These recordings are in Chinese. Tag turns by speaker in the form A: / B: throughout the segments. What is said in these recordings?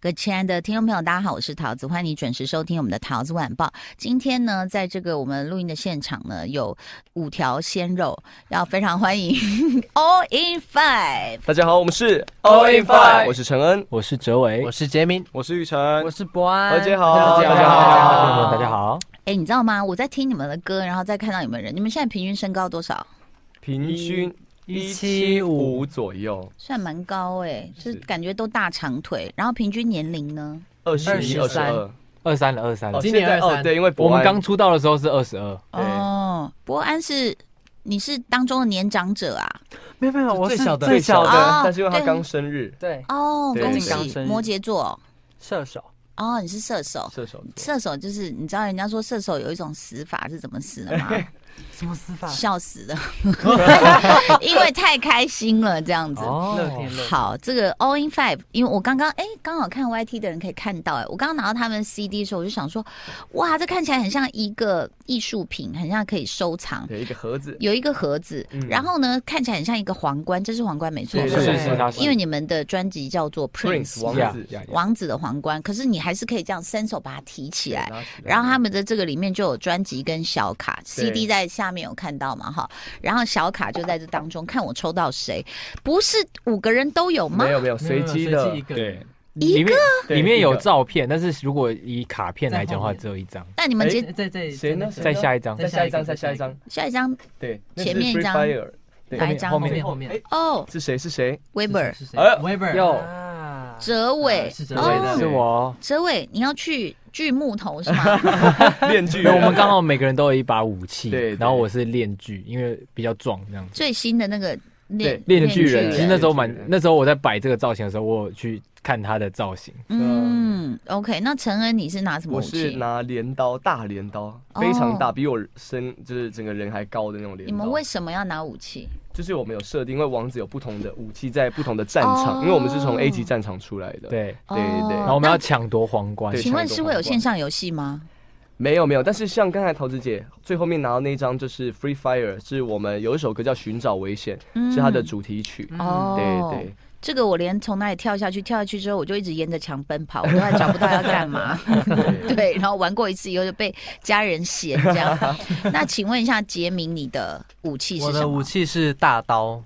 A: 各位亲爱的听众朋友，大家好，我是桃子，欢迎你准时收听我们的《桃子晚报》。今天呢，在这个我们录音的现场呢，有五条鲜肉，要非常欢迎 All in Five。
B: 大家好，我们是
C: All in Five
B: 我是陈恩，
C: 我是哲伟，
D: 我是杰明，
B: 我是玉成，
C: 是博安
B: 大家好
C: 大家好，
D: 大家好，
A: 哎，你知道吗？我在听你们的歌，然后再看到你们人，你们现在平均身高多少？
B: 平均一七五
C: 175
B: 左右，
A: 算蛮高哎、就是
B: 是
A: 感觉都大长腿。然后平均年龄呢？
B: 二十一、二十
C: 23
B: 二。
D: 二三了，二三了
B: 哦，
C: 今年
B: 现在哦，
C: 23
B: 对，因为
D: 我
B: 博
D: 们
B: 安
D: 刚出道的时候是二十二，
B: 对
A: 哦，伯安是你是当中的年长者啊。
D: 没有没有，我
C: 最小的
D: 最小
B: 好
C: 啊
D: 的
A: 哦
B: 的，但是因为他
A: 对
B: 刚生日，
C: 对，
A: 哦，
B: 对
A: 恭
B: 最近刚
A: 喜
C: 生日
A: 摩羯座
C: 射手，
A: 哦，你是射手。
B: 射手座，
A: 射手就是你知道人家说射手有一种死法是怎么死的吗？
C: 什么死法
A: 笑死的，因为太开心了这样子。
D: 哦
C: 乐天乐，
A: 好，这个 All in Five，因为我刚刚哎，刚好看 YT 的人可以看到哎，我刚刚拿到他们的 CD 的时候，我就想说，哇，这看起来很像一个艺术品，很像可以收藏，
B: 对，一个盒子，
A: 有一个盒子，
B: 嗯
A: 然后呢，看起来很像一个皇冠，这是皇冠没错
B: 对
A: 吧，
B: 对
D: 是
B: 对
D: 是他是，
A: 因为你们的专辑叫做
B: Prince
A: Prince
B: 王
D: 呀
B: 子，
D: 呀呀
A: 王子的皇冠，可是你还是可以这样伸手把它提起来。
B: 对，
A: 然后他们的这个里面就有专辑跟小卡
B: 对
A: ，CD 在下面有看到嘛哈，然后小卡就在这当中，看我抽到谁，不是五个人都有吗
B: 没？有没有随机的
C: 一，个
D: 对，
A: 一
D: 里面
B: 对
D: 里面有
B: 一个
D: 照片，但是如果以卡片来讲的
C: 在后
D: 话，
C: 面
D: 只有一张，
A: 那你们接
C: 在在
B: 谁呢？
D: 再下一张
B: 再下一张，再下一张，
A: 下一张
B: 对，
A: 前面一张
B: 那是 Free Fire，对
A: 哪一张
D: 后
C: 后
D: 面
C: 面后面
B: 哎
A: 哦
B: 是谁？是谁？
A: ，Weber
C: 是谁
B: 哎
C: ，Weber
D: 哟
C: 啊
A: 哲伟
C: 啊是哲伟
B: 对
A: 哦
B: 的，
D: 是我。
A: 哲伟你要去锯木头是吗？
B: 面具
D: 因为我们刚好每个人都有一把武器，
B: 对对
D: 然后我是链锯，因为比较壮这样子。
A: 最新的那个链
D: 链锯人，其实那时候
B: 链
D: 蛮
B: 锯人，
D: 那时候我在摆这个造型的时候，我有去看他的造型，
A: 嗯，OK，那陈恩你是拿什么武
B: 我是
A: 器？
B: 拿镰刀，大镰刀，非常大，比我身就是整个人还高的那种镰
A: 哦
B: 刀。
A: 你们为什么要拿武器？
B: 就是我们有设定，因为王子有不同的武器在不同的战
A: 哦
B: 场，因为我们是从 A 级战场出来的。，
D: 对，
B: 对对对
D: 然
A: 哦
D: 后我们要抢夺皇冠
B: 对，
A: 请问是会有线上游戏吗？
B: 没有没有，但是像刚才桃子姐最后面拿到那一张就是 Free Fire，是我们有一首歌叫《寻找危险》，
A: 嗯
B: 是它的主题曲。
C: 嗯
A: 哦，
B: 嗯对对，
A: 这个我连从哪里跳下去，跳下去之后我就一直沿着墙奔跑，我都还找不到要干嘛。 对，然后玩过一次以后就被家人嫌这样。那请问一下杰明，你的武器是
C: 我
A: 什
C: 的
A: 么？
C: 武器是大刀，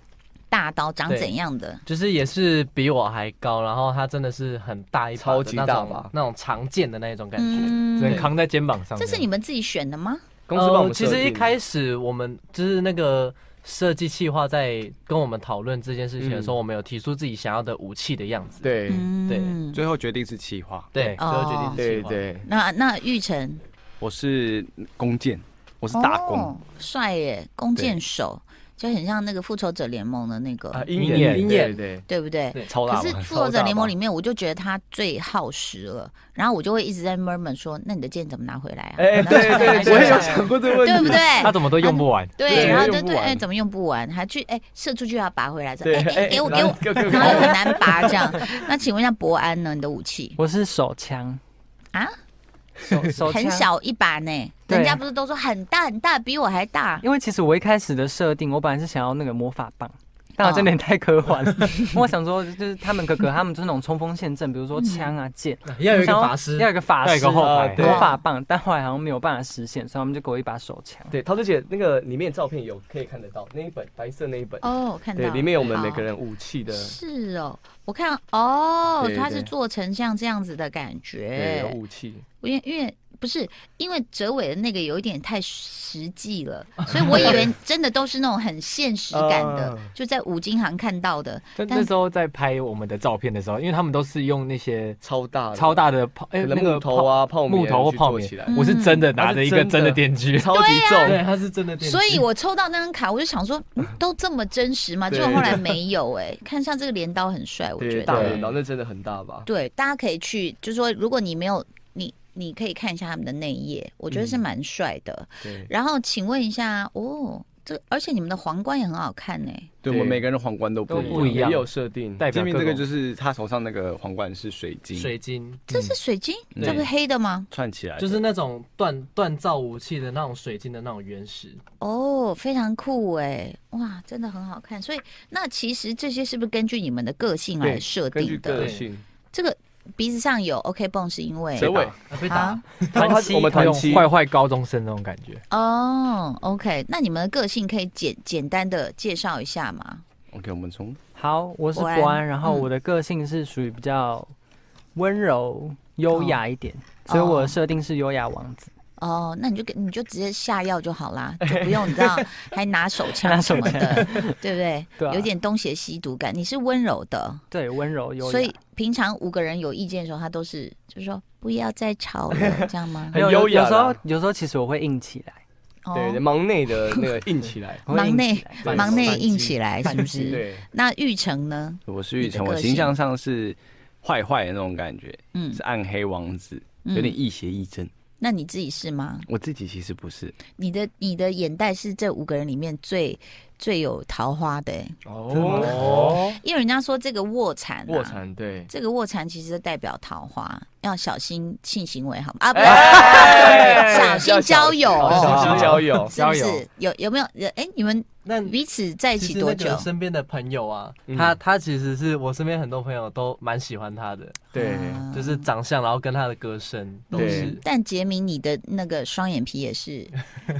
A: 大刀长
C: 对
A: 怎样的？
C: 就是也是比我还高，然后它真的是很大一把的
B: 超级
C: 那种
B: 大把
C: 那种常见的那种
A: 嗯
C: 感觉。
D: 只能扛在肩膀上。
A: 这是你们自己选的吗？
B: 公司帮我
C: 呃
B: 们
C: 其
B: 设定、
C: 实一开始我们就是那个设计企划在跟我们讨论这件事情的时候，
B: 嗯
C: 我们有提出自己想要的武器的样子。
B: 对
A: 嗯，
E: 最后决定是企划，
C: 对，
A: 哦
C: 最后决定是
B: 对
C: 企划。
B: 对，
A: 那那玉成
E: 我是弓箭，我是大弓，
A: 哦帅耶，弓箭手就很像那个复仇者联盟的那个，
B: 啊，
D: 鹰
B: 眼
D: 眼
B: 鹰
C: 鹰
B: 眼，对
C: 眼
B: 对
A: 对不对？
C: 对
D: 超
A: 可是 《复仇者联盟》
D: 里
A: 里面，我就觉得他最耗时了，然后我就会一直在 murmur 说：“那你的剑怎么拿回来啊？”
B: 哎
A: 然后
B: 对
A: 就
B: 对
A: 拿
B: 对
A: 去
B: 我也有
A: 上
B: 想过这个问题。
A: 对不对？
D: 他怎么都用不完，
A: 对，然后
B: 对
A: 就
B: 用不
A: 对，
B: 完
A: 哎，怎么用不完？还去哎射出去要拔回来，说
B: 对
A: 哎哎给我给我，
B: 给我给我
A: 然后又很难拔这样。那请问一下博安呢？你的武器
C: 我是手枪
A: 啊，
C: 手 手枪
A: 很。小一把呢，
F: 对
A: 人家不是都说很大很大，比我还大。
F: 因为其实我一开始的设定，我本来是想要那个魔法棒，但我真的也太科幻了。 我想说，就是他们哥哥他们就是那种冲锋陷阵，比如说枪啊剑，
C: 要有一个
F: 想要
C: 法师
F: 要，有一个法
D: 要有
F: 师，
D: 一个后
B: 啊
D: 排，
B: 对
F: 魔法棒，但后来好像没有办法实现，所以他们就给我一把手枪。
B: 对，桃子姐那个里面照片有可以看得到，那一本白色那一本，
A: 哦，我看到
B: 对，里面有我们每
A: 好
B: 个人武器的，
A: 是哦，我看哦
B: 对，
A: 它
B: 对
A: 是做成像这样子的感
B: 对，
A: 觉
B: 有。武器。
A: 因为因为不是因为哲伟的那个有一点太实际 了，所以我以为真的都是那种很现实感的
B: 啊，
A: 就在五金行看到的。
D: 但
A: 但
D: 那时候在拍我们的照片的时候，因为他们都是用那些
B: 超大的
D: 超大的炮，哎、
B: 啊可能
D: 那
B: 木
D: 个
B: 头啊、泡
D: 炮
B: 棉
D: 木头或
B: 去
D: 泡
B: 做
D: 棉
B: 起来，
A: 嗯
D: 我是真的拿着一个
B: 它是真
D: 真
B: 的
D: 的电锯，
B: 超级重，
C: 对，他是真的电击。
A: 所以我抽到那张卡，我就想说，嗯都这么真实 吗？
B: 对
A: 结果后来没有哎、看像这个镰刀很帅，我觉
B: 对，
A: 得
B: 大镰刀那真的很大吧？
A: 对，大家可以去，就是说，如果你没有你，你可以看一下他们的内页，我觉得是蛮帅的。
B: 嗯对，
A: 然后，请问一下，哦，这而且你们的皇冠也很好看呢、
E: 对我们每个人的皇冠都不
D: 都
E: 一
D: 不
E: 样。
D: 一样
B: 也有设定，
D: 代表
E: 这边
D: 各
E: 这个
D: 种
E: 就是他头上那个皇冠是水晶
C: 水晶
A: 这是水晶，
E: 嗯
A: 这不是黑的吗？
E: 串起来的，
C: 就是那种锻锻造武器的那种水晶的那种原石。
A: 哦，非常酷哎，哇，真的很好看。所以那其实这些是不是根据你们的个性来
B: 对
A: 设
B: 根据
A: 定
B: 个
A: 的？
B: 性，
A: 这个鼻子上有 OK 泵是因为
E: 蛇尾
C: 啊被打
A: 啊。
B: 然后他我们
D: 他
B: 团
D: 用
B: 期
D: 坏坏高中生那种感觉。
A: 哦，OK，那你们的个性可以简简单的介绍一下吗？
E: OK，我们从
F: 好，我是
A: 伯
F: 伯
A: 安
F: 安，然
A: 嗯
F: 后我的个性是属于比较温柔、优雅一点，所以我的设定是优雅王子。
A: 哦，那你就给你就直接下药就好啦，就不用你知道还拿手枪
F: 拿
A: 什
F: 手
A: 么的，对不对？
F: 对啊
A: 有点东邪西毒感。你是温柔的，
F: 对，温柔优雅。
A: 所以平常五个人有意见的时候，他都是就是说不要再吵了，这样吗？
F: 没有
B: 很优雅
F: 有时
B: 啦
F: 候有时候其实我会硬起来，。
A: 哦
B: 对，忙内的那个硬起来
F: 我会硬
A: 忙内
F: 起来
A: 忙内
B: 反击
A: 硬起来是不是？
B: 对，
A: 那玉成呢？
E: 我是玉
A: 你的
E: 成，
A: 个
E: 我
A: 性
E: 形象上是坏坏的那种感觉，
A: 嗯
B: 啊
E: 是暗黑王子，有点
A: 嗯，
E: 亦邪亦正。
A: 那你自己是吗？
E: 我自己其实不是，
A: 你的你的眼袋是这五个人里面最最有桃花的、欸，
B: 哦，
A: 因为人家说这个卧蚕、啊，
B: 卧蚕对，
A: 这个卧蚕其实是代表桃花，要小心性行为好吗？啊，不是，
B: 哎
A: 小心交友，
B: 小心 交友，
A: 是不
D: 交
A: 是
D: 友？
A: 有有没有？哎，你们
C: 那
A: 彼此在一
C: 其
A: 起
C: 实
A: 多
C: 那
A: 久
C: 个？身边的朋友啊，
B: 嗯
C: 他他其实是我身边很多朋友都蛮喜欢他的，
B: 对，
A: 啊
C: 就是长相，然后跟他的歌声都
B: 对
C: 是。
A: 但杰明，你的那个双眼皮也 是，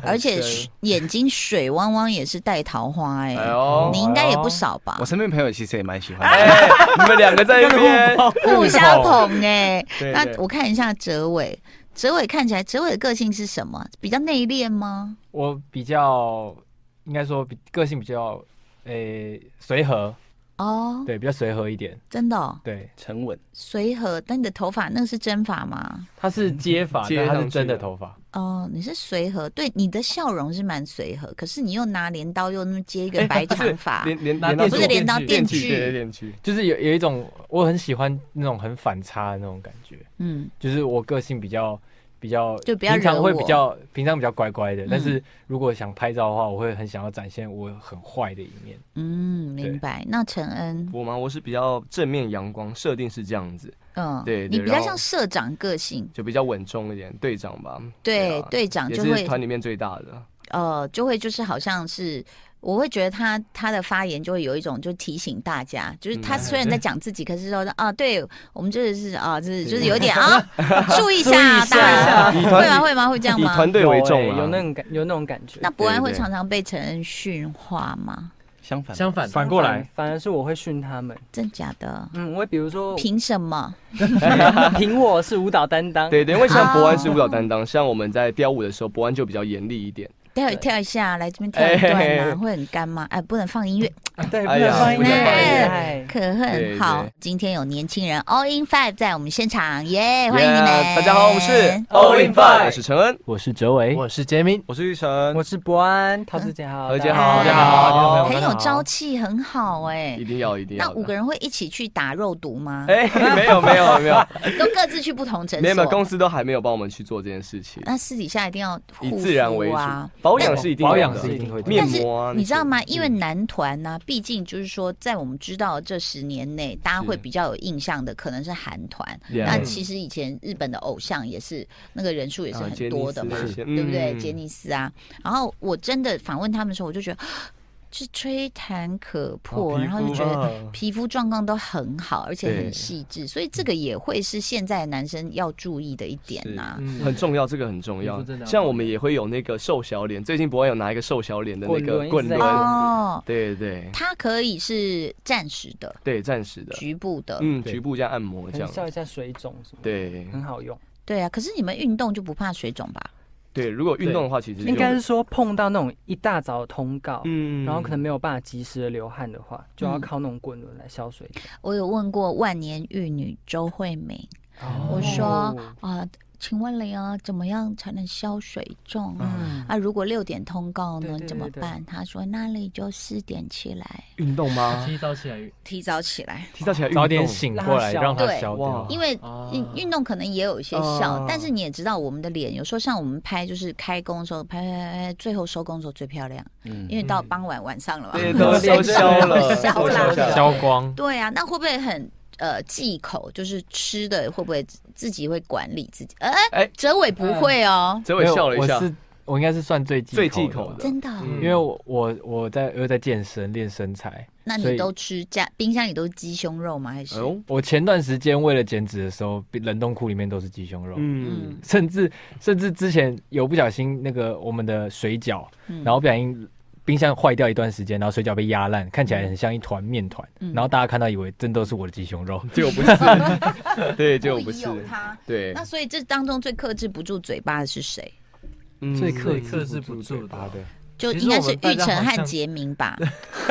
A: 而且
B: 深
A: 眼睛水汪汪也是带桃花哎、
B: 哎呦
A: 你，应该也不少吧
E: 我？身边朋友其实也蛮喜欢的。
B: 哎，你们两个在一 边，
A: 互相捧哎、
B: 对
A: 那
B: 对
A: 我看一下哲伟，哲伟看起来，哲伟的个性是什么？比较内敛吗？
D: 我比较应该说比个性比较诶随和，
A: 哦，
D: 对，比较随和一点。
A: 真的、哦，
D: 对，
E: 沉稳，
A: 随和。但你的头发那个是真发吗？
D: 他是接发，
B: 接
D: 但他
B: 上
D: 是
B: 去
D: 真的
B: 的
D: 头发。
A: 哦，你是随和，对，你的笑容是蛮随和，可是你又拿镰刀又那么接一 个白长发，
B: 哎连连
C: 拿
B: 连到
A: 啊不是
C: 电
A: 镰刀
C: 锯
A: 电
B: 锯，对对
A: 锯，
B: 电锯，
D: 就是有有一种我很喜欢那种很反差的那种感觉，
A: 嗯，
D: 就是我个性比较比较，
A: 就不要
D: 平常
A: 惹
D: 会比
A: 我
D: 较平常比较乖乖的，
A: 嗯
D: 但是如果想拍照的话，我会很想要展现我很坏的一面。
A: 嗯，明白。那陈恩，
B: 我吗？我是比较正面阳光，设定是这样子，
A: 嗯，
B: 对对
A: 你比较
B: 然后
A: 像社长个性，
B: 就比较稳重一点，队长吧。
A: 对，
B: 啊
A: 队长
B: 也
A: 就会
B: 是团里面最大的。
A: 呃，就会就是好像是，我会觉得他他的发言就会有一种就提醒大家，就是他
B: 嗯
A: 虽然在讲自己，可是说啊，对我们就是啊，就是就是
B: 对
A: 有 点啊，注意一下，
F: 注意一下
A: 大家
B: 以
A: 会吗？
B: 团
A: 会吗？会这样
B: 以
A: 吗
B: 团？队为重
F: 有欸有那
B: 啊。
F: 种感有那种感觉。
A: 那伯安会
B: 对对
A: 常常被承认训话吗？
E: 相反，
C: 相反，
D: 反过来
F: 反，反而是我会训他们。
A: 真假的？
F: 嗯，我会比如说
A: 凭什么？
F: 凭我是舞蹈担当，
B: 对对，因为像
A: 啊
B: 博安是舞蹈担当，像我们在标舞的时候，博安就比较严厉一点。
A: 待会
F: 对
A: 跳一下，来这边跳一
B: 哎
A: 段
B: 嘿
A: 啊，
B: 嘿
A: 会很干吗？哎，不能放音乐，
F: 对，不
B: 哎呀
F: 能放音乐，
A: 不能放音乐
F: 哎
A: 可
B: 对
A: 恨。
B: 对
A: 好，今天有年轻人 All in Five 在我们现场，耶，
B: 耶
A: 哎欢迎你们！
B: 大家好，我们是
C: All in Five
B: 我是陈恩。
D: 我是哲伟，
C: 我是杰明，
E: 我是玉成，
F: 我是伯安，桃子姐好，
B: 何姐
A: 好
B: 好，
A: 大家
D: 好听众朋
A: 很
D: 友大家
A: 有
D: 好
A: 朝气，很好哎
B: 一。定要一定要
A: 那
B: 的。
A: 五个人会一起去打肉毒吗？
B: 哎，没有没 有没有
A: 都各自去不 同诊
B: 没有没有，公
A: 所。
B: 司都还没有帮我们去做这件事情，
A: 那私底下一定要护
B: 以
A: 肤
B: 自然为主
A: 啊。，
B: 哦保养是一定要
D: 保
B: 的
D: 养是一定会的
B: 面
A: 但是
B: 膜啊，
A: 你知道吗？因为男团呢、毕竟就是说，在我们知道的这十年内，大家会比较有印象的，可能是韩团。
B: Yeah
A: 那其实以前日本的偶像也是那个人数也是
B: 啊
A: 很多的嘛，
B: 杰尼斯那些
A: 对不对？
B: 嗯
A: 杰尼斯啊，然后我真的访问他们的时候，我就觉得 是吹弹可破，
B: 哦
A: 然后就觉得
B: 得
A: 皮肤状况都很好，而且很
E: 对
A: 细致，所以这个也会是现在的男生要注意的一点呐、
C: 嗯
B: 很重要，这个很重
C: 皮
B: 要
C: 肤真的。要
B: 像我们也会有那个瘦小脸，最近博安有拿一个瘦小脸的那个
F: 滚轮
B: 棍
F: 一直在
B: 轮，
A: 哦，
B: 对对
A: 它可以是暂时的、
B: 对，暂时的，
A: 局部的，
B: 嗯，
D: 对
B: 局部加按摩
F: 可
B: 这
F: 能
B: 样，
F: 笑一下水肿什么，，
B: 对
F: 很好用。
A: 对啊。可是你们运动就不怕水肿吧？
B: 对。如果运动的话，其实就
F: 应该是说碰到那种一大早的通告，
B: 嗯
F: 然后可能没有办法及时的流汗的话，就要靠那种滚轮来消水肿。
A: 我有问过万年玉女周慧敏我
F: 哦
A: 说啊、请问了呀，怎么样才能消水肿啊？
F: 嗯，
A: 啊，如果六点通告呢，
F: 对对
A: 怎么
F: 对对
A: 办？她说那里就四点起来，
B: 运动
A: 啊
B: 吗？
C: 提早起来
A: 提早起来，
B: 提早起来运动
D: 早点，醒过来，
F: 让
D: 让
A: 它
D: 它
A: 消
D: 消
B: 对
D: 掉。
A: 因为
C: 啊
A: 运运动可能也有一些笑，
B: 哦
A: 但是你也知道我们的脸，有时候像我们拍就是开工的时候拍拍拍拍，最后收工的时候最漂亮，
E: 嗯
A: 因为到傍晚晚上了嘛，
B: 对， 都都消了，都消下来。
D: 消光，
A: 对啊，那会不会很呃忌口？就是吃的会不会自己会管理自己？哎、
B: 哎
A: 哲伟不会哦，
B: 结尾笑了一下
D: 我，是我应该是算最忌
B: 最忌口
D: 的吧
B: 的
A: 真的哦、
B: 嗯
D: 因为我我我在又在健身练身材，
A: 那
D: 所
A: 你
D: 以
A: 都吃家冰箱里都是鸡胸肉吗？还是、
B: 哎呦，
D: 我前段时间为了减脂的时候，冷冻库里面都是鸡胸肉，
B: 嗯
A: 嗯，
D: 甚至甚至之前有不小心那个我们的水饺，
A: 嗯
D: 然后不小心冰箱坏掉一段时间，然后水饺被压烂，看起来很像一团面团，
A: 嗯
D: 然后大家看到以为真都是我的鸡 胸肉，
B: 结果不是，对，结果不
A: 故意
B: 是
A: 有，它？
B: 对，
A: 那所以这当中最克制不住嘴巴的是谁？
B: 嗯
C: 最克克制不住的
D: 的，
A: 就
C: 其
A: 应
C: 实
A: 该
C: 我
A: 是
C: 们大
A: 玉
C: 家
A: 成
C: 好
A: 和
C: 像
A: 杰明吧？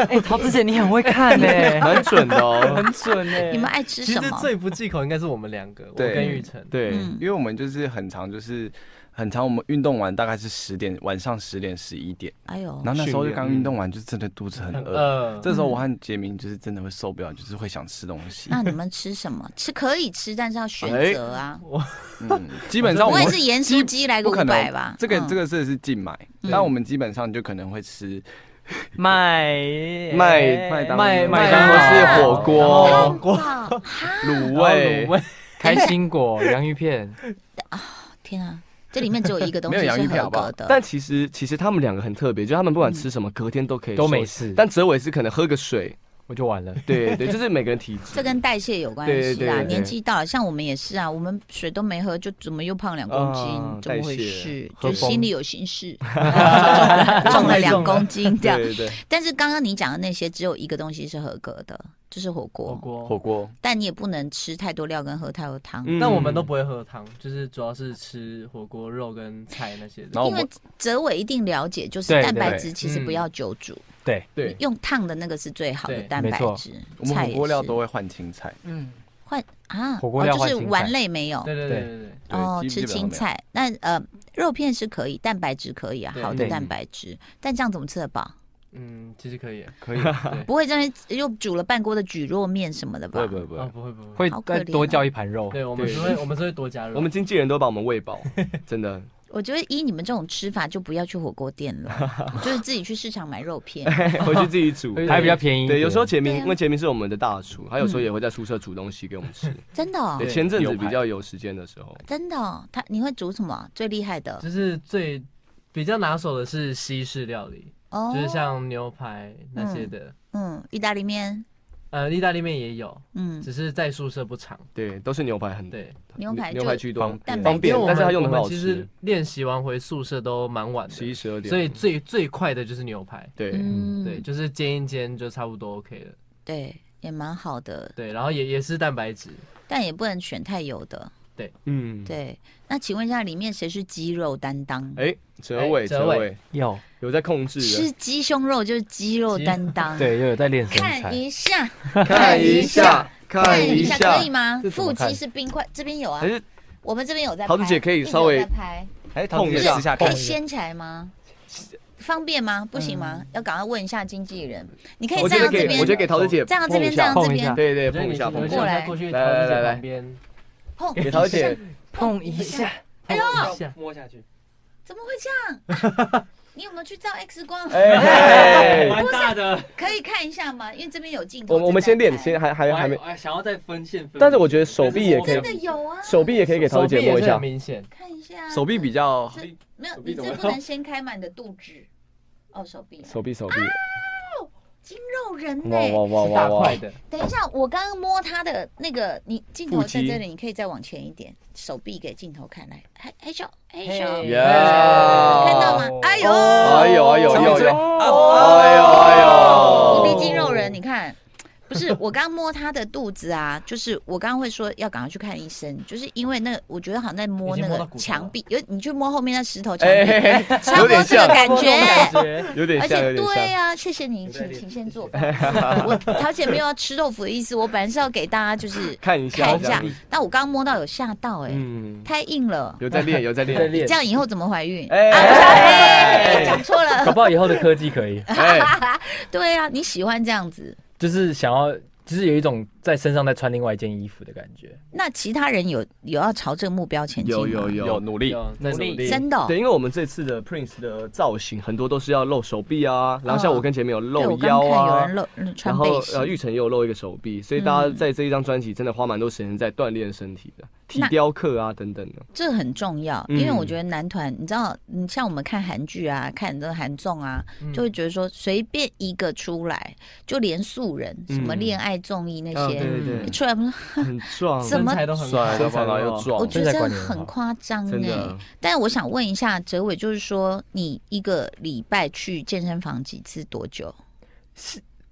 F: 哎，桃子姐你很会看 呢，
B: 蛮准的哦，
F: 很准呢。
A: 你们爱吃
C: 其
A: 什
C: 实
A: 么？
C: 最不忌口应该是我们两个，我
E: 对
C: 跟玉成。
B: 对，
A: 嗯
E: 因为我们就是很常就是很常我们运动完大概是十点，晚上十点十一点，
A: 哎呦
E: 然，后那时
B: 训
E: 候就
B: 练
E: 刚运动完，就真的肚子很饿。
C: 呃，
E: 这时候我和杰明就是真的会受不了，就是会想吃东西。
A: 那你们吃什么？吃可以吃，但是要选
B: 哎
A: 择啊。
E: 嗯，基本上
A: 不
E: 我们
A: 会是盐酥鸡来个
E: 不
A: 五
E: 可
A: 百
E: 能
A: 吧？
E: 这个
A: 嗯
E: 这个是是禁买，
A: 嗯
E: 但我们基本上就可能会吃
F: 麦
B: 麦
E: 麦当
F: 麦
B: 麦
F: 当
B: 当
F: 劳
B: 劳是火
A: 汉
B: 锅、
A: 堡
B: 卤
C: 味
B: 味，
D: 开心果、洋芋片，
A: 天啊，这里面只有一个东西
E: 没有洋
A: 是
E: 芋片
A: 合
E: 好不好
A: 格的，
B: 但其实其实他们两个很特别，就他们不管吃什么，隔天都可以
D: 都没
B: 瘦
D: 事
B: 但哲伟是可能喝个水，
D: 我就完了。
B: 对对，就是每个人体质。
A: 这跟代谢有关
B: 对
A: 系
B: 对
A: 啦。
B: 对
A: 年纪到了，像我们也是啊，我们水都没喝，就怎么又胖两公斤
B: 啊？
A: 怎么回
B: 代谢
A: 事？
B: 喝
A: 就
B: 疯
A: 心里有心事，重了 重了两公斤这样。
B: 对对对，
A: 但是刚刚你讲的那些，只有一个东西是合格的，就是火锅。
C: 火
E: 火
C: 锅。
E: 锅。
A: 但你也不能吃太多料跟喝太多汤，
B: 嗯
C: 但我们都不会喝汤，就是主要是吃火锅肉跟菜那些的。
E: 然后我
A: 因为
E: 们
A: 哲伟一定了解，就是
D: 对
A: 蛋白
E: 对
A: 质其实不
C: 嗯
A: 要久煮，
D: 对，
B: 对，
A: 用烫的那个是最好的
C: 对
A: 蛋
D: 没
A: 白
D: 错
A: 质。
E: 我们
A: 菜
E: 火
A: 也
E: 锅料
A: 是
E: 都会换青菜，
F: 嗯，
A: 换啊，
D: 火锅
A: 哦
D: 料
A: 就
D: 换
A: 是
D: 青
A: 丸
D: 菜
A: 类没有
C: 对对对对对，
E: 对
A: 哦，
E: 基
A: 吃
E: 基本上
A: 青
E: 没有
A: 菜。那呃，肉片是可以，蛋白质可以啊，
C: 对
A: 好的
D: 对
A: 蛋白质。但这样怎么吃得饱？
C: 嗯，其实可以。
E: 可以。
A: 不会这样又煮了半锅的蒟蒻面什么的
E: 不
A: 吧
B: 嗯
E: 会？不会不
C: 啊，
E: 会，
C: 不会不会。
D: 会
A: 好可
D: 再
A: 怜
D: 多
A: 哦
D: 叫一盘肉。
C: 对，我们
B: 对
C: 是会我们是会多加肉。
B: 我们经纪人都把我们喂饱，真的。
A: 我觉得以你们这种吃法，就不要去火锅店了，就是自己去市场买肉片。
B: 回去自己煮，
D: 还比较便宜一点。
B: 对，有时候杰
A: 对
B: 明，
A: 啊
B: 因为杰明是我们的大厨，他有时候也会在宿舍煮东西给我们吃。
A: 真的哦
B: 对，，
C: 对
B: 前阵
E: 牛
B: 子
E: 排
B: 比较有时间的时候，
A: 真的哦，他你会煮什么最厉害的？
C: 就是最比较拿手的是西式料理，
A: 哦
C: 就是像牛排那些的。
A: 嗯，意大利面，
C: 呃，意大利面也有，
A: 嗯，
C: 只是在宿舍不常。
B: 对，都是牛排很
C: 对，
A: 牛排
B: 牛
A: 就
B: 排居多
E: 方，
A: 蛋白
B: 方便
A: 质
C: 因为我，
B: 但
C: 们
B: 是它用的很
C: 我们
B: 好
C: 其实
B: 吃，
C: 练习完回宿舍都蛮晚
B: 十一
C: 的，
B: 十二点，
C: 所以最最快的就是牛排。
B: 对，
A: 嗯，
C: 对，就是煎一煎就差不多 OK 了。
A: 对，也蛮好的，
C: 对，然后也也是蛋白质，
A: 但也不能选太油的。
B: 嗯，
A: 对，那请问一下，里面谁是鸡肉担当？
B: 哎，哲伟，
C: 哎
B: 哲
C: 哲伟
B: 伟
A: 啊
D: 有
B: 有在控制
A: 吃
B: 的，
A: 鸡胸肉就是鸡肉担 当。，
D: 对，又有在练身
A: 看
D: 材。
A: 一下，
B: 看一下，看
A: 看
B: 一
A: 一下，可以吗？
D: 这怎
A: 腹
D: 么看
A: 肌是冰块，这边有啊
B: 还，是
A: 我们这边有在拍。
B: 桃子姐可以
A: 一直有
B: 稍微
A: 在拍，
E: 哎，
B: 碰一
E: 姐
B: 下
E: 私下
A: 可
E: 看
A: 以掀起来吗？方便吗？不行吗？要赶快问一下经纪人。你可以
B: 嗯我
A: 站
B: 觉
A: 到
B: 得
A: 这
B: 可以，我
A: 边
B: 觉，得给桃子姐
A: 站到这
B: 碰
A: 边，
B: 一
A: 站
B: 下
A: 到这
D: 碰一下
A: 边，
B: 对对，碰一下，碰一
A: 过
B: 下，
A: 来
C: 过去
B: 来来来来
C: 旁边
A: 碰
B: 给桃
A: 一
B: 子
A: 下
B: 姐，
F: 碰一下，
A: 哎呦，
C: 一下，
D: 摸下去，
A: 怎么会这样？ 你有没有去照 X 光？
B: 哎，
A: 不是，
F: 的，
A: 可以看一下吗？因为这边有镜头。
B: 我我们先练，先还还还没，
F: 哎没，想要再分线分
B: 但是我觉得手臂也可以
A: 真，的有啊，
B: 手臂也可以给桃
C: 手
B: 子
C: 臂
B: 姐摸
C: 也
B: 一
C: 是
B: 下
C: 很，明显，
A: 看一下。
E: 手臂比较
A: 这没有，
E: 手
A: 你
E: 臂怎
A: 这
E: 么
A: 不能先开满你的肚子。哦，手臂，
B: 手臂手臂，
A: 筋肉人呢、
B: 哇哇哇
C: 是
B: 哇
C: 大
B: 哇
C: 块，的，
A: 等一下，我刚刚摸他的那个，你镜头
B: 腹
A: 在
B: 肌
A: 这里，你可以再往前一点，手臂给镜头看来，嘿，嘿咻，嘿咻，
F: 嘿
B: 呀
A: 看到吗？哎呦，
B: 哎呦哎呦
E: 小
B: 哎
E: 米
B: 呦
E: 最
B: 哎呦！哎呦哎
A: 哦，
B: 呦
A: 无敌筋肉人，你看。不是，我刚摸他的肚子啊，就是我刚刚会说要赶快去看医生，就是因为那个我觉得好像在摸
C: 已
A: 那
C: 经摸到
A: 个
C: 骨头了
A: 墙壁，有你去摸后面那石头墙壁，
B: 哎，嘿嘿
A: 差不多
B: 有点
A: 这个
B: 像，
A: 感觉。
B: 有点
A: 而
B: 像，
A: 且
B: 有点
A: 对
B: 像。
A: 呀、谢谢你，请请先坐吧。我桃姐没有要吃豆腐的意思，我本来是要给大家就是
B: 看一下，
A: 看一下，但我刚摸到有吓到哎、
B: 嗯，
A: 太硬了，
B: 有 在练，有在
D: 在
B: 练，
D: 练
A: 这，样以后怎么怀孕？
B: 哎
A: 啊哎讲错
D: 搞
A: 了。
D: 不好以后的科技可以，
B: 哎，
A: 对啊，你喜欢这样子，
D: 就是想要，就是有一种
G: 在身上再穿另外一件衣服的感觉。
A: 那其他人有有要朝这个目标前进吗？
B: 有有有
E: 有努力，
G: 有在努
F: 努力
G: 力，
A: 真的哦、
B: 对，因为我们这次的 Prince 的造型很多都是要露手臂啊，然后像我跟前面有
A: 嗯对
B: 露
A: 我刚
B: 腰
A: 看有
B: 啊
A: 人，露嗯
B: 然
A: 穿
B: 后
A: 背心
B: 呃，玉成也有露一个手臂，所以大家在这一张专辑真的花蛮多时间在锻炼身体的，体
A: 那
B: 雕刻啊等等的。
A: 这很重要，因为我
B: 嗯
A: 觉得男团，你知道，你像我们看韩剧啊，看这个韩综啊，
C: 嗯
A: 就会觉得说随便一个出来，就连素人，什么
B: 嗯
A: 恋爱综艺那
B: 啊，
A: 些，
B: 对对
A: 一
B: 对，
A: 出来我们说，
B: 很壮，
A: 怎么
C: 身材都很
E: 帅，
B: 身
E: 然
B: 材
E: 后
B: 很
E: 又
B: 好
A: 我
E: 壮，
A: 觉
G: 身材
A: 得
G: 管理很
A: 很
G: 好
A: 夸张
B: 真
A: 哎、
B: 的。哦
A: 但我想问一下哲伟，就是说你一个礼拜去健身房几次，多久？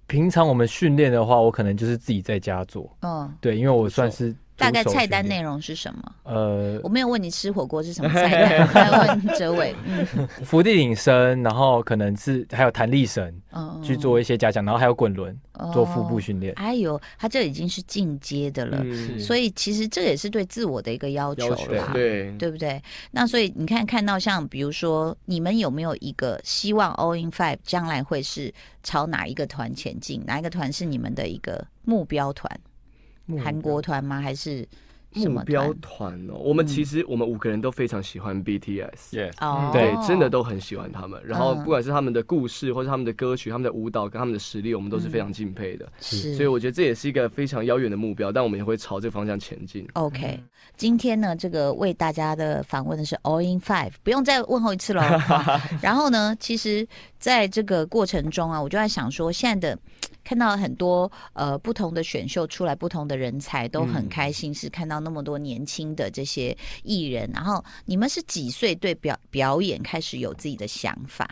G: 平常我们训练的话，我可能就是自己在家做，
A: 嗯，
G: 对，因为我算是
A: 大概菜单
G: 内。
A: 内容是什 么？
G: 呃
A: 我，没有问你吃火锅是什么菜单，我在问哲伟。嗯
G: 伏地挺身，然后可能是还有弹力绳
A: 嗯，
G: 去做一些加强，然后还有滚轮
A: 哦
G: 做腹部训练。
A: 哎呦，他这已经是进阶的了，
B: 嗯
A: 所以其实这也是对自我的一个要求
B: 要求
A: 啦，
B: 对，
A: 对不对？那所以你看，看到像比如说，你们有没有一个希望 All in Five 将来会是朝哪一个团前进？哪一个团是你们的一个目标团？韩国团吗？还是什
B: 目
A: 么
B: 标
A: 团？
B: 团哦，我们其实我们五个人都非常喜欢 BTS。
E: 耶，
A: 哦，
B: 嗯对，真的都很喜欢他们。然后
A: 嗯
B: 不管是他们的故事，或是他们的歌曲、他们的舞蹈跟他们的实力，我们都是非常敬佩的。
A: 是。
B: 所以我觉得这也是一个非常遥远的目标，但我们也会朝这个方向前进。
A: OK，、今
F: 嗯
A: 天呢，这个为大家的访问的是 All in Five，不用再问候一次 喽。哈然后呢，其实在这个过程中啊，我就在想说，现在的嗯看到很多呃不同的选秀出来，不同的人才都很开心，是看到那么多年轻的这些艺人。然后你们是几岁对表表演开始有自己的想法？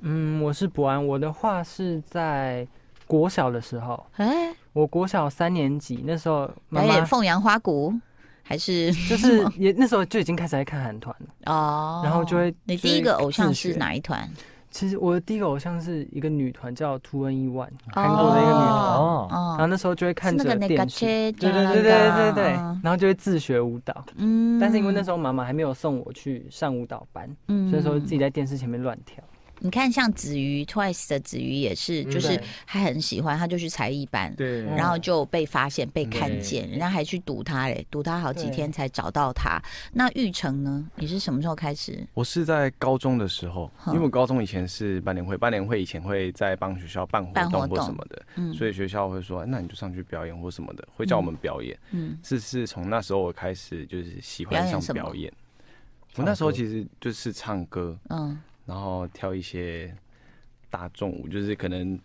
F: 嗯，我是博安，我的话是在国小的时候，
A: 哎，
F: 我国小三年级那时候，妈
A: 表
F: 妈
A: 演凤阳花鼓还是
F: 就是也那时候就已经开始在看韩团了。
A: 哦？
F: 然后就会
A: 你
F: 就
A: 第一
F: 会
A: 个偶像
F: 自
A: 是
F: 学
A: 哪一团？
F: 其实我的第一个偶像是一个女团叫 Two N E One，韩
A: 哦
F: 国的一个女团。
G: 哦
A: 哦
F: 然后那时候就会看
A: 是那
F: 着
A: 个那个
F: 电视，
A: 车，
F: 对对对对对对，然后就会自学舞蹈。
A: 嗯
F: 但是因为那时
A: 候，
F: 候妈妈还没有送我去上舞蹈班，
A: 嗯
F: 所以说自己在电视前面乱跳。
A: 你看像子瑜 Twice 的子瑜也是，就是
F: 嗯对
A: 他很喜欢，他就去才艺班。
B: 对
A: 嗯然后就被发现、被看
G: 对
A: 见，人家还去堵他嘞，堵他好几
F: 对
A: 天才找到他。那玉成呢？你是什么时候开始？
E: 我是在高中的时候，
A: 哼
E: 因为我高中以前是班联会，班联会以前会在帮学校办活
A: 办活
E: 动或
A: 动
E: 什么的，
A: 嗯，
E: 所以学校会说，哎那你就上去表演或什么的，会叫我们表演。
A: 嗯，
E: 是是从那时候我开始就是喜
A: 表
E: 欢
A: 演
E: 上
A: 什么
E: 表演。我那时候其实就是唱歌，
A: 嗯
E: 然后跳一些大众舞，就是可能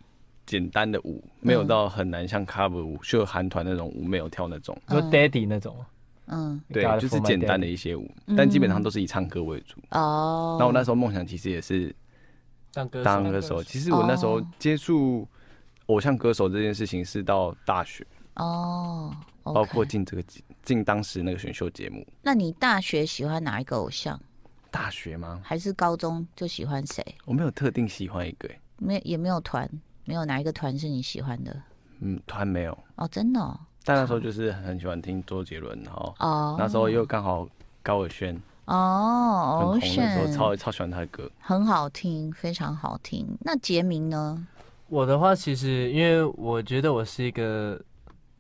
E: 简单的舞，
A: 嗯
E: 没有到很难像 cover 舞，就韩团那种舞没有跳那种。
G: 说
A: 嗯
G: Daddy 那种，
A: 嗯，
E: 对，
G: Gotta
E: 就是
G: for my
E: 简单
G: daddy
E: 的一些舞
A: 嗯，
E: 但基本上都是以唱歌为主。
A: 哦。
E: 那我那时候梦想其实也是
C: 当歌手
E: 当歌手。其实我那时候
A: 哦
E: 接触偶像歌手这件事情是到大学，
A: 哦，OK，
E: 包括进这个进当时那个选秀节目。
A: 那你大学喜欢哪一个偶像？
E: 大学吗？
A: 还是高中就喜欢谁？
E: 我没有特定喜欢一个、欸
A: 没也没有团，没有哪一个团是你喜欢的
E: 嗯，团没有。
A: 哦，真的哦。
E: 但那时候就是很喜欢听周杰伦，然后
A: 哦
E: 那时候又刚好高尔宣很
A: 哦
E: 红的时候，
A: ，Ocean
E: 超超喜欢他的歌。
A: 很好听，非常好听。那杰明呢？
C: 我的话，其实因为我觉得我是一个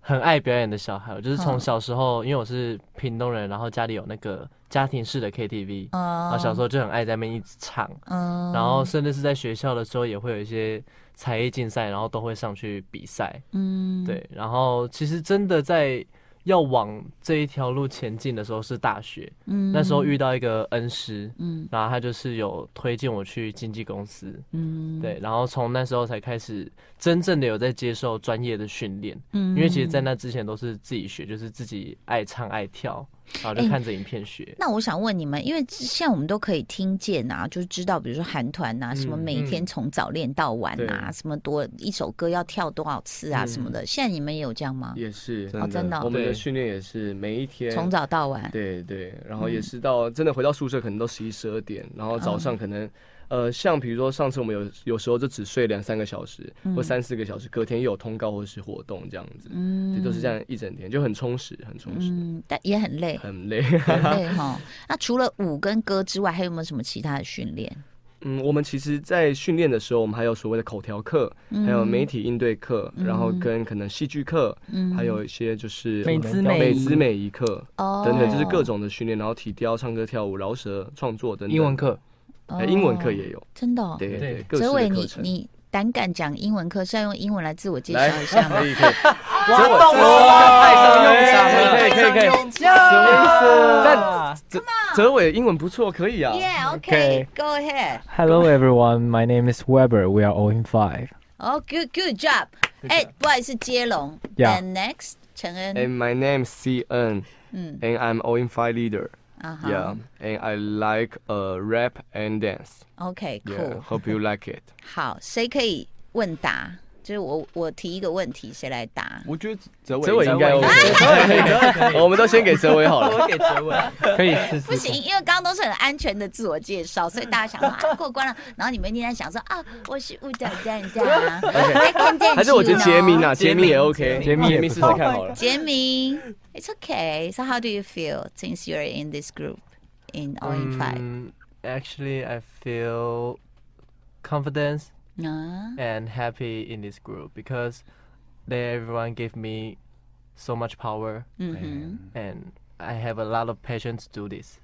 C: 很爱表演的小孩，我就
A: 嗯
C: 是从小时候，因为我是屏东人，然后家里有那个家庭式的 KTV，然
A: 啊
C: 后小时候就很爱在那边一直唱，
A: 嗯
C: 然后甚至是在学校的时候也会有一些才艺竞赛，然后都会上去比赛。
A: 嗯，
C: 对，然后其实真的在要往这一条路前进的时候是大学，
A: 嗯
C: 那时候遇到一个恩师，
A: 嗯
C: 然后他就是有推荐我去经纪公司，
A: 嗯，
C: 对，然后从那时候才开始真正的有在接受专业的训练，
A: 嗯，
C: 因为其实，在那之前都是自己学，就是自己爱唱爱跳，然后
A: 哎
C: 就看着影片学。
A: 那我想问你们，因为现在我们都可以听见啊，就是知道，比如说韩团
C: 嗯
A: 啊，什么每天从早练到晚啊，什么多一首歌要跳多少次
C: 嗯
A: 啊，什么的。现在你们也有这样吗？
B: 也是，
A: 哦，真的
B: 我
A: 哦，
B: 们的
G: 对
B: 训练也是每一天
A: 从早到晚。
B: 对对，然后也是到真的回到宿舍可能都十一十二点，然后早上可
A: 嗯
B: 能、呃，像比如说上次我们有有时候就只睡两三个小时、或三四个小时，隔天又有通告或是活动这样子，
A: 嗯
B: 对，都是这样一整天，就很充实，很充实，
A: 嗯，但也很累，
B: 很累。
A: 很累哈。那除了舞跟歌之外，还有没有什么其他的训练？
B: 嗯，我们其实，在训练的时候，我们还有所谓的口条课，还有媒体应对课，然后
A: 嗯
B: 跟可能戏剧课，
A: 嗯，
B: 还有一些就是
F: 美
B: 呃
F: 姿
B: 美
F: 仪
B: 姿美仪课
A: 哦
B: 等等，就是各种的训练，然后体雕、唱歌、跳舞、饶舌、创作等等。
D: 英文课，
B: 呃，英文课也有，
A: 哦真的、哦。
B: 对对对，各式
A: 哲
B: 的
A: 伟，
B: 课
A: 你
B: 程。
A: 你胆敢讲英文课是要用英文来自我介
B: 来
A: 绍一下吗
B: 可？以可以，哎
F: 哇，到
E: 派上用
B: 场了
E: 可以可以可以，
F: 但
B: 哲伟英文不错，可以啊。
A: Yeah, okay, go ahead.
G: Hello everyone, my name is Weber. We are all in five.
A: Oh, good, good job. 哎，不好意思，接龙。
G: Yeah.
A: And next，陈恩。
B: And my name is CN,
A: 嗯
B: and I'm o in Five leader.
A: 啊哈
B: Yeah, and I like uh, rap and dance.
A: OK,
B: Yeah,
A: cool.
B: hope you like it.
A: 好，谁可以问答？就是我我提一个问题，谁来答？
E: 我觉得哲
B: 哲伟应 该 OK，
E: 哲
B: 哲 伟我们都先给哲伟好了。
F: 给结尾，
G: 可以试试
A: 不 行，因为刚刚都是很安全的自我介绍，所以大家想说啊过关了，然后你们一定在想说啊，我是舞蹈专 家
C: 哎
A: ，I can dance，
B: 还是我觉得
A: you know
B: 杰明啊，杰明也 OK，
G: 杰明也
B: 明
G: 不
B: 试试
G: 错
B: 看好了。
A: 杰明，It's okay. So how do you feel since you're in this group in All in Five?
C: Um, actually, I feel confidence
B: 嗯
A: 啊
C: and happy in this group because they everyone gave me so much power
B: 哎
A: 嗯
C: and I have a lot of patience to do this.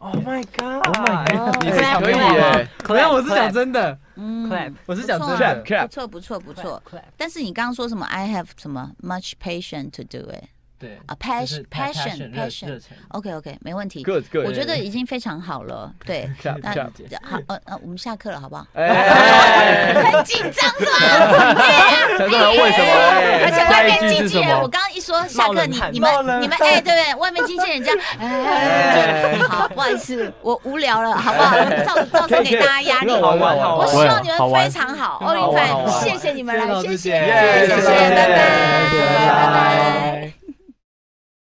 F: Oh my god！Oh my
A: 哼，哦
B: 可以啊耶，
F: 没有，我是讲
C: 真的，
A: 嗯
F: clap，
C: 我是
A: 不错啊
B: clap clap
A: 不错不错不错
F: clap。
A: 但是你刚刚说什么？I have 什么 much patience to do it
C: 对，
A: 啊
C: 就是
A: passion
C: passion
A: passion
C: 热热
A: passion。
C: 忱。
A: OK OK，没问题。
B: Good, good
A: 我觉得已经非常好了。 对，
B: clap
A: 那
B: clap。
A: 好，呃呃，我们下课了，好不好？
B: 哎，
A: 很紧张是吧？
B: 想说要问什么？
A: 而
B: 哎
A: 且外面
G: 下一句
A: 经
G: 是
A: 纪
G: 什
A: 人，
G: 么
A: 我刚刚一说下课，你
F: 冒
A: 你们
F: 冷汗
A: 你们哎，对对，外面经纪人这样，哎，好，不好意思，我无聊了，好不好？造造成给大家压力。
B: 很好玩，很哎好
A: 我
B: 玩
A: 希望你们非常好，欧
B: 好
A: 云
B: 玩好
A: 范，
B: 玩
A: 谢谢你们来，谢谢，
B: 耶
A: 谢谢，
B: 谢谢
A: 拜拜，
B: 拜
A: 拜拜。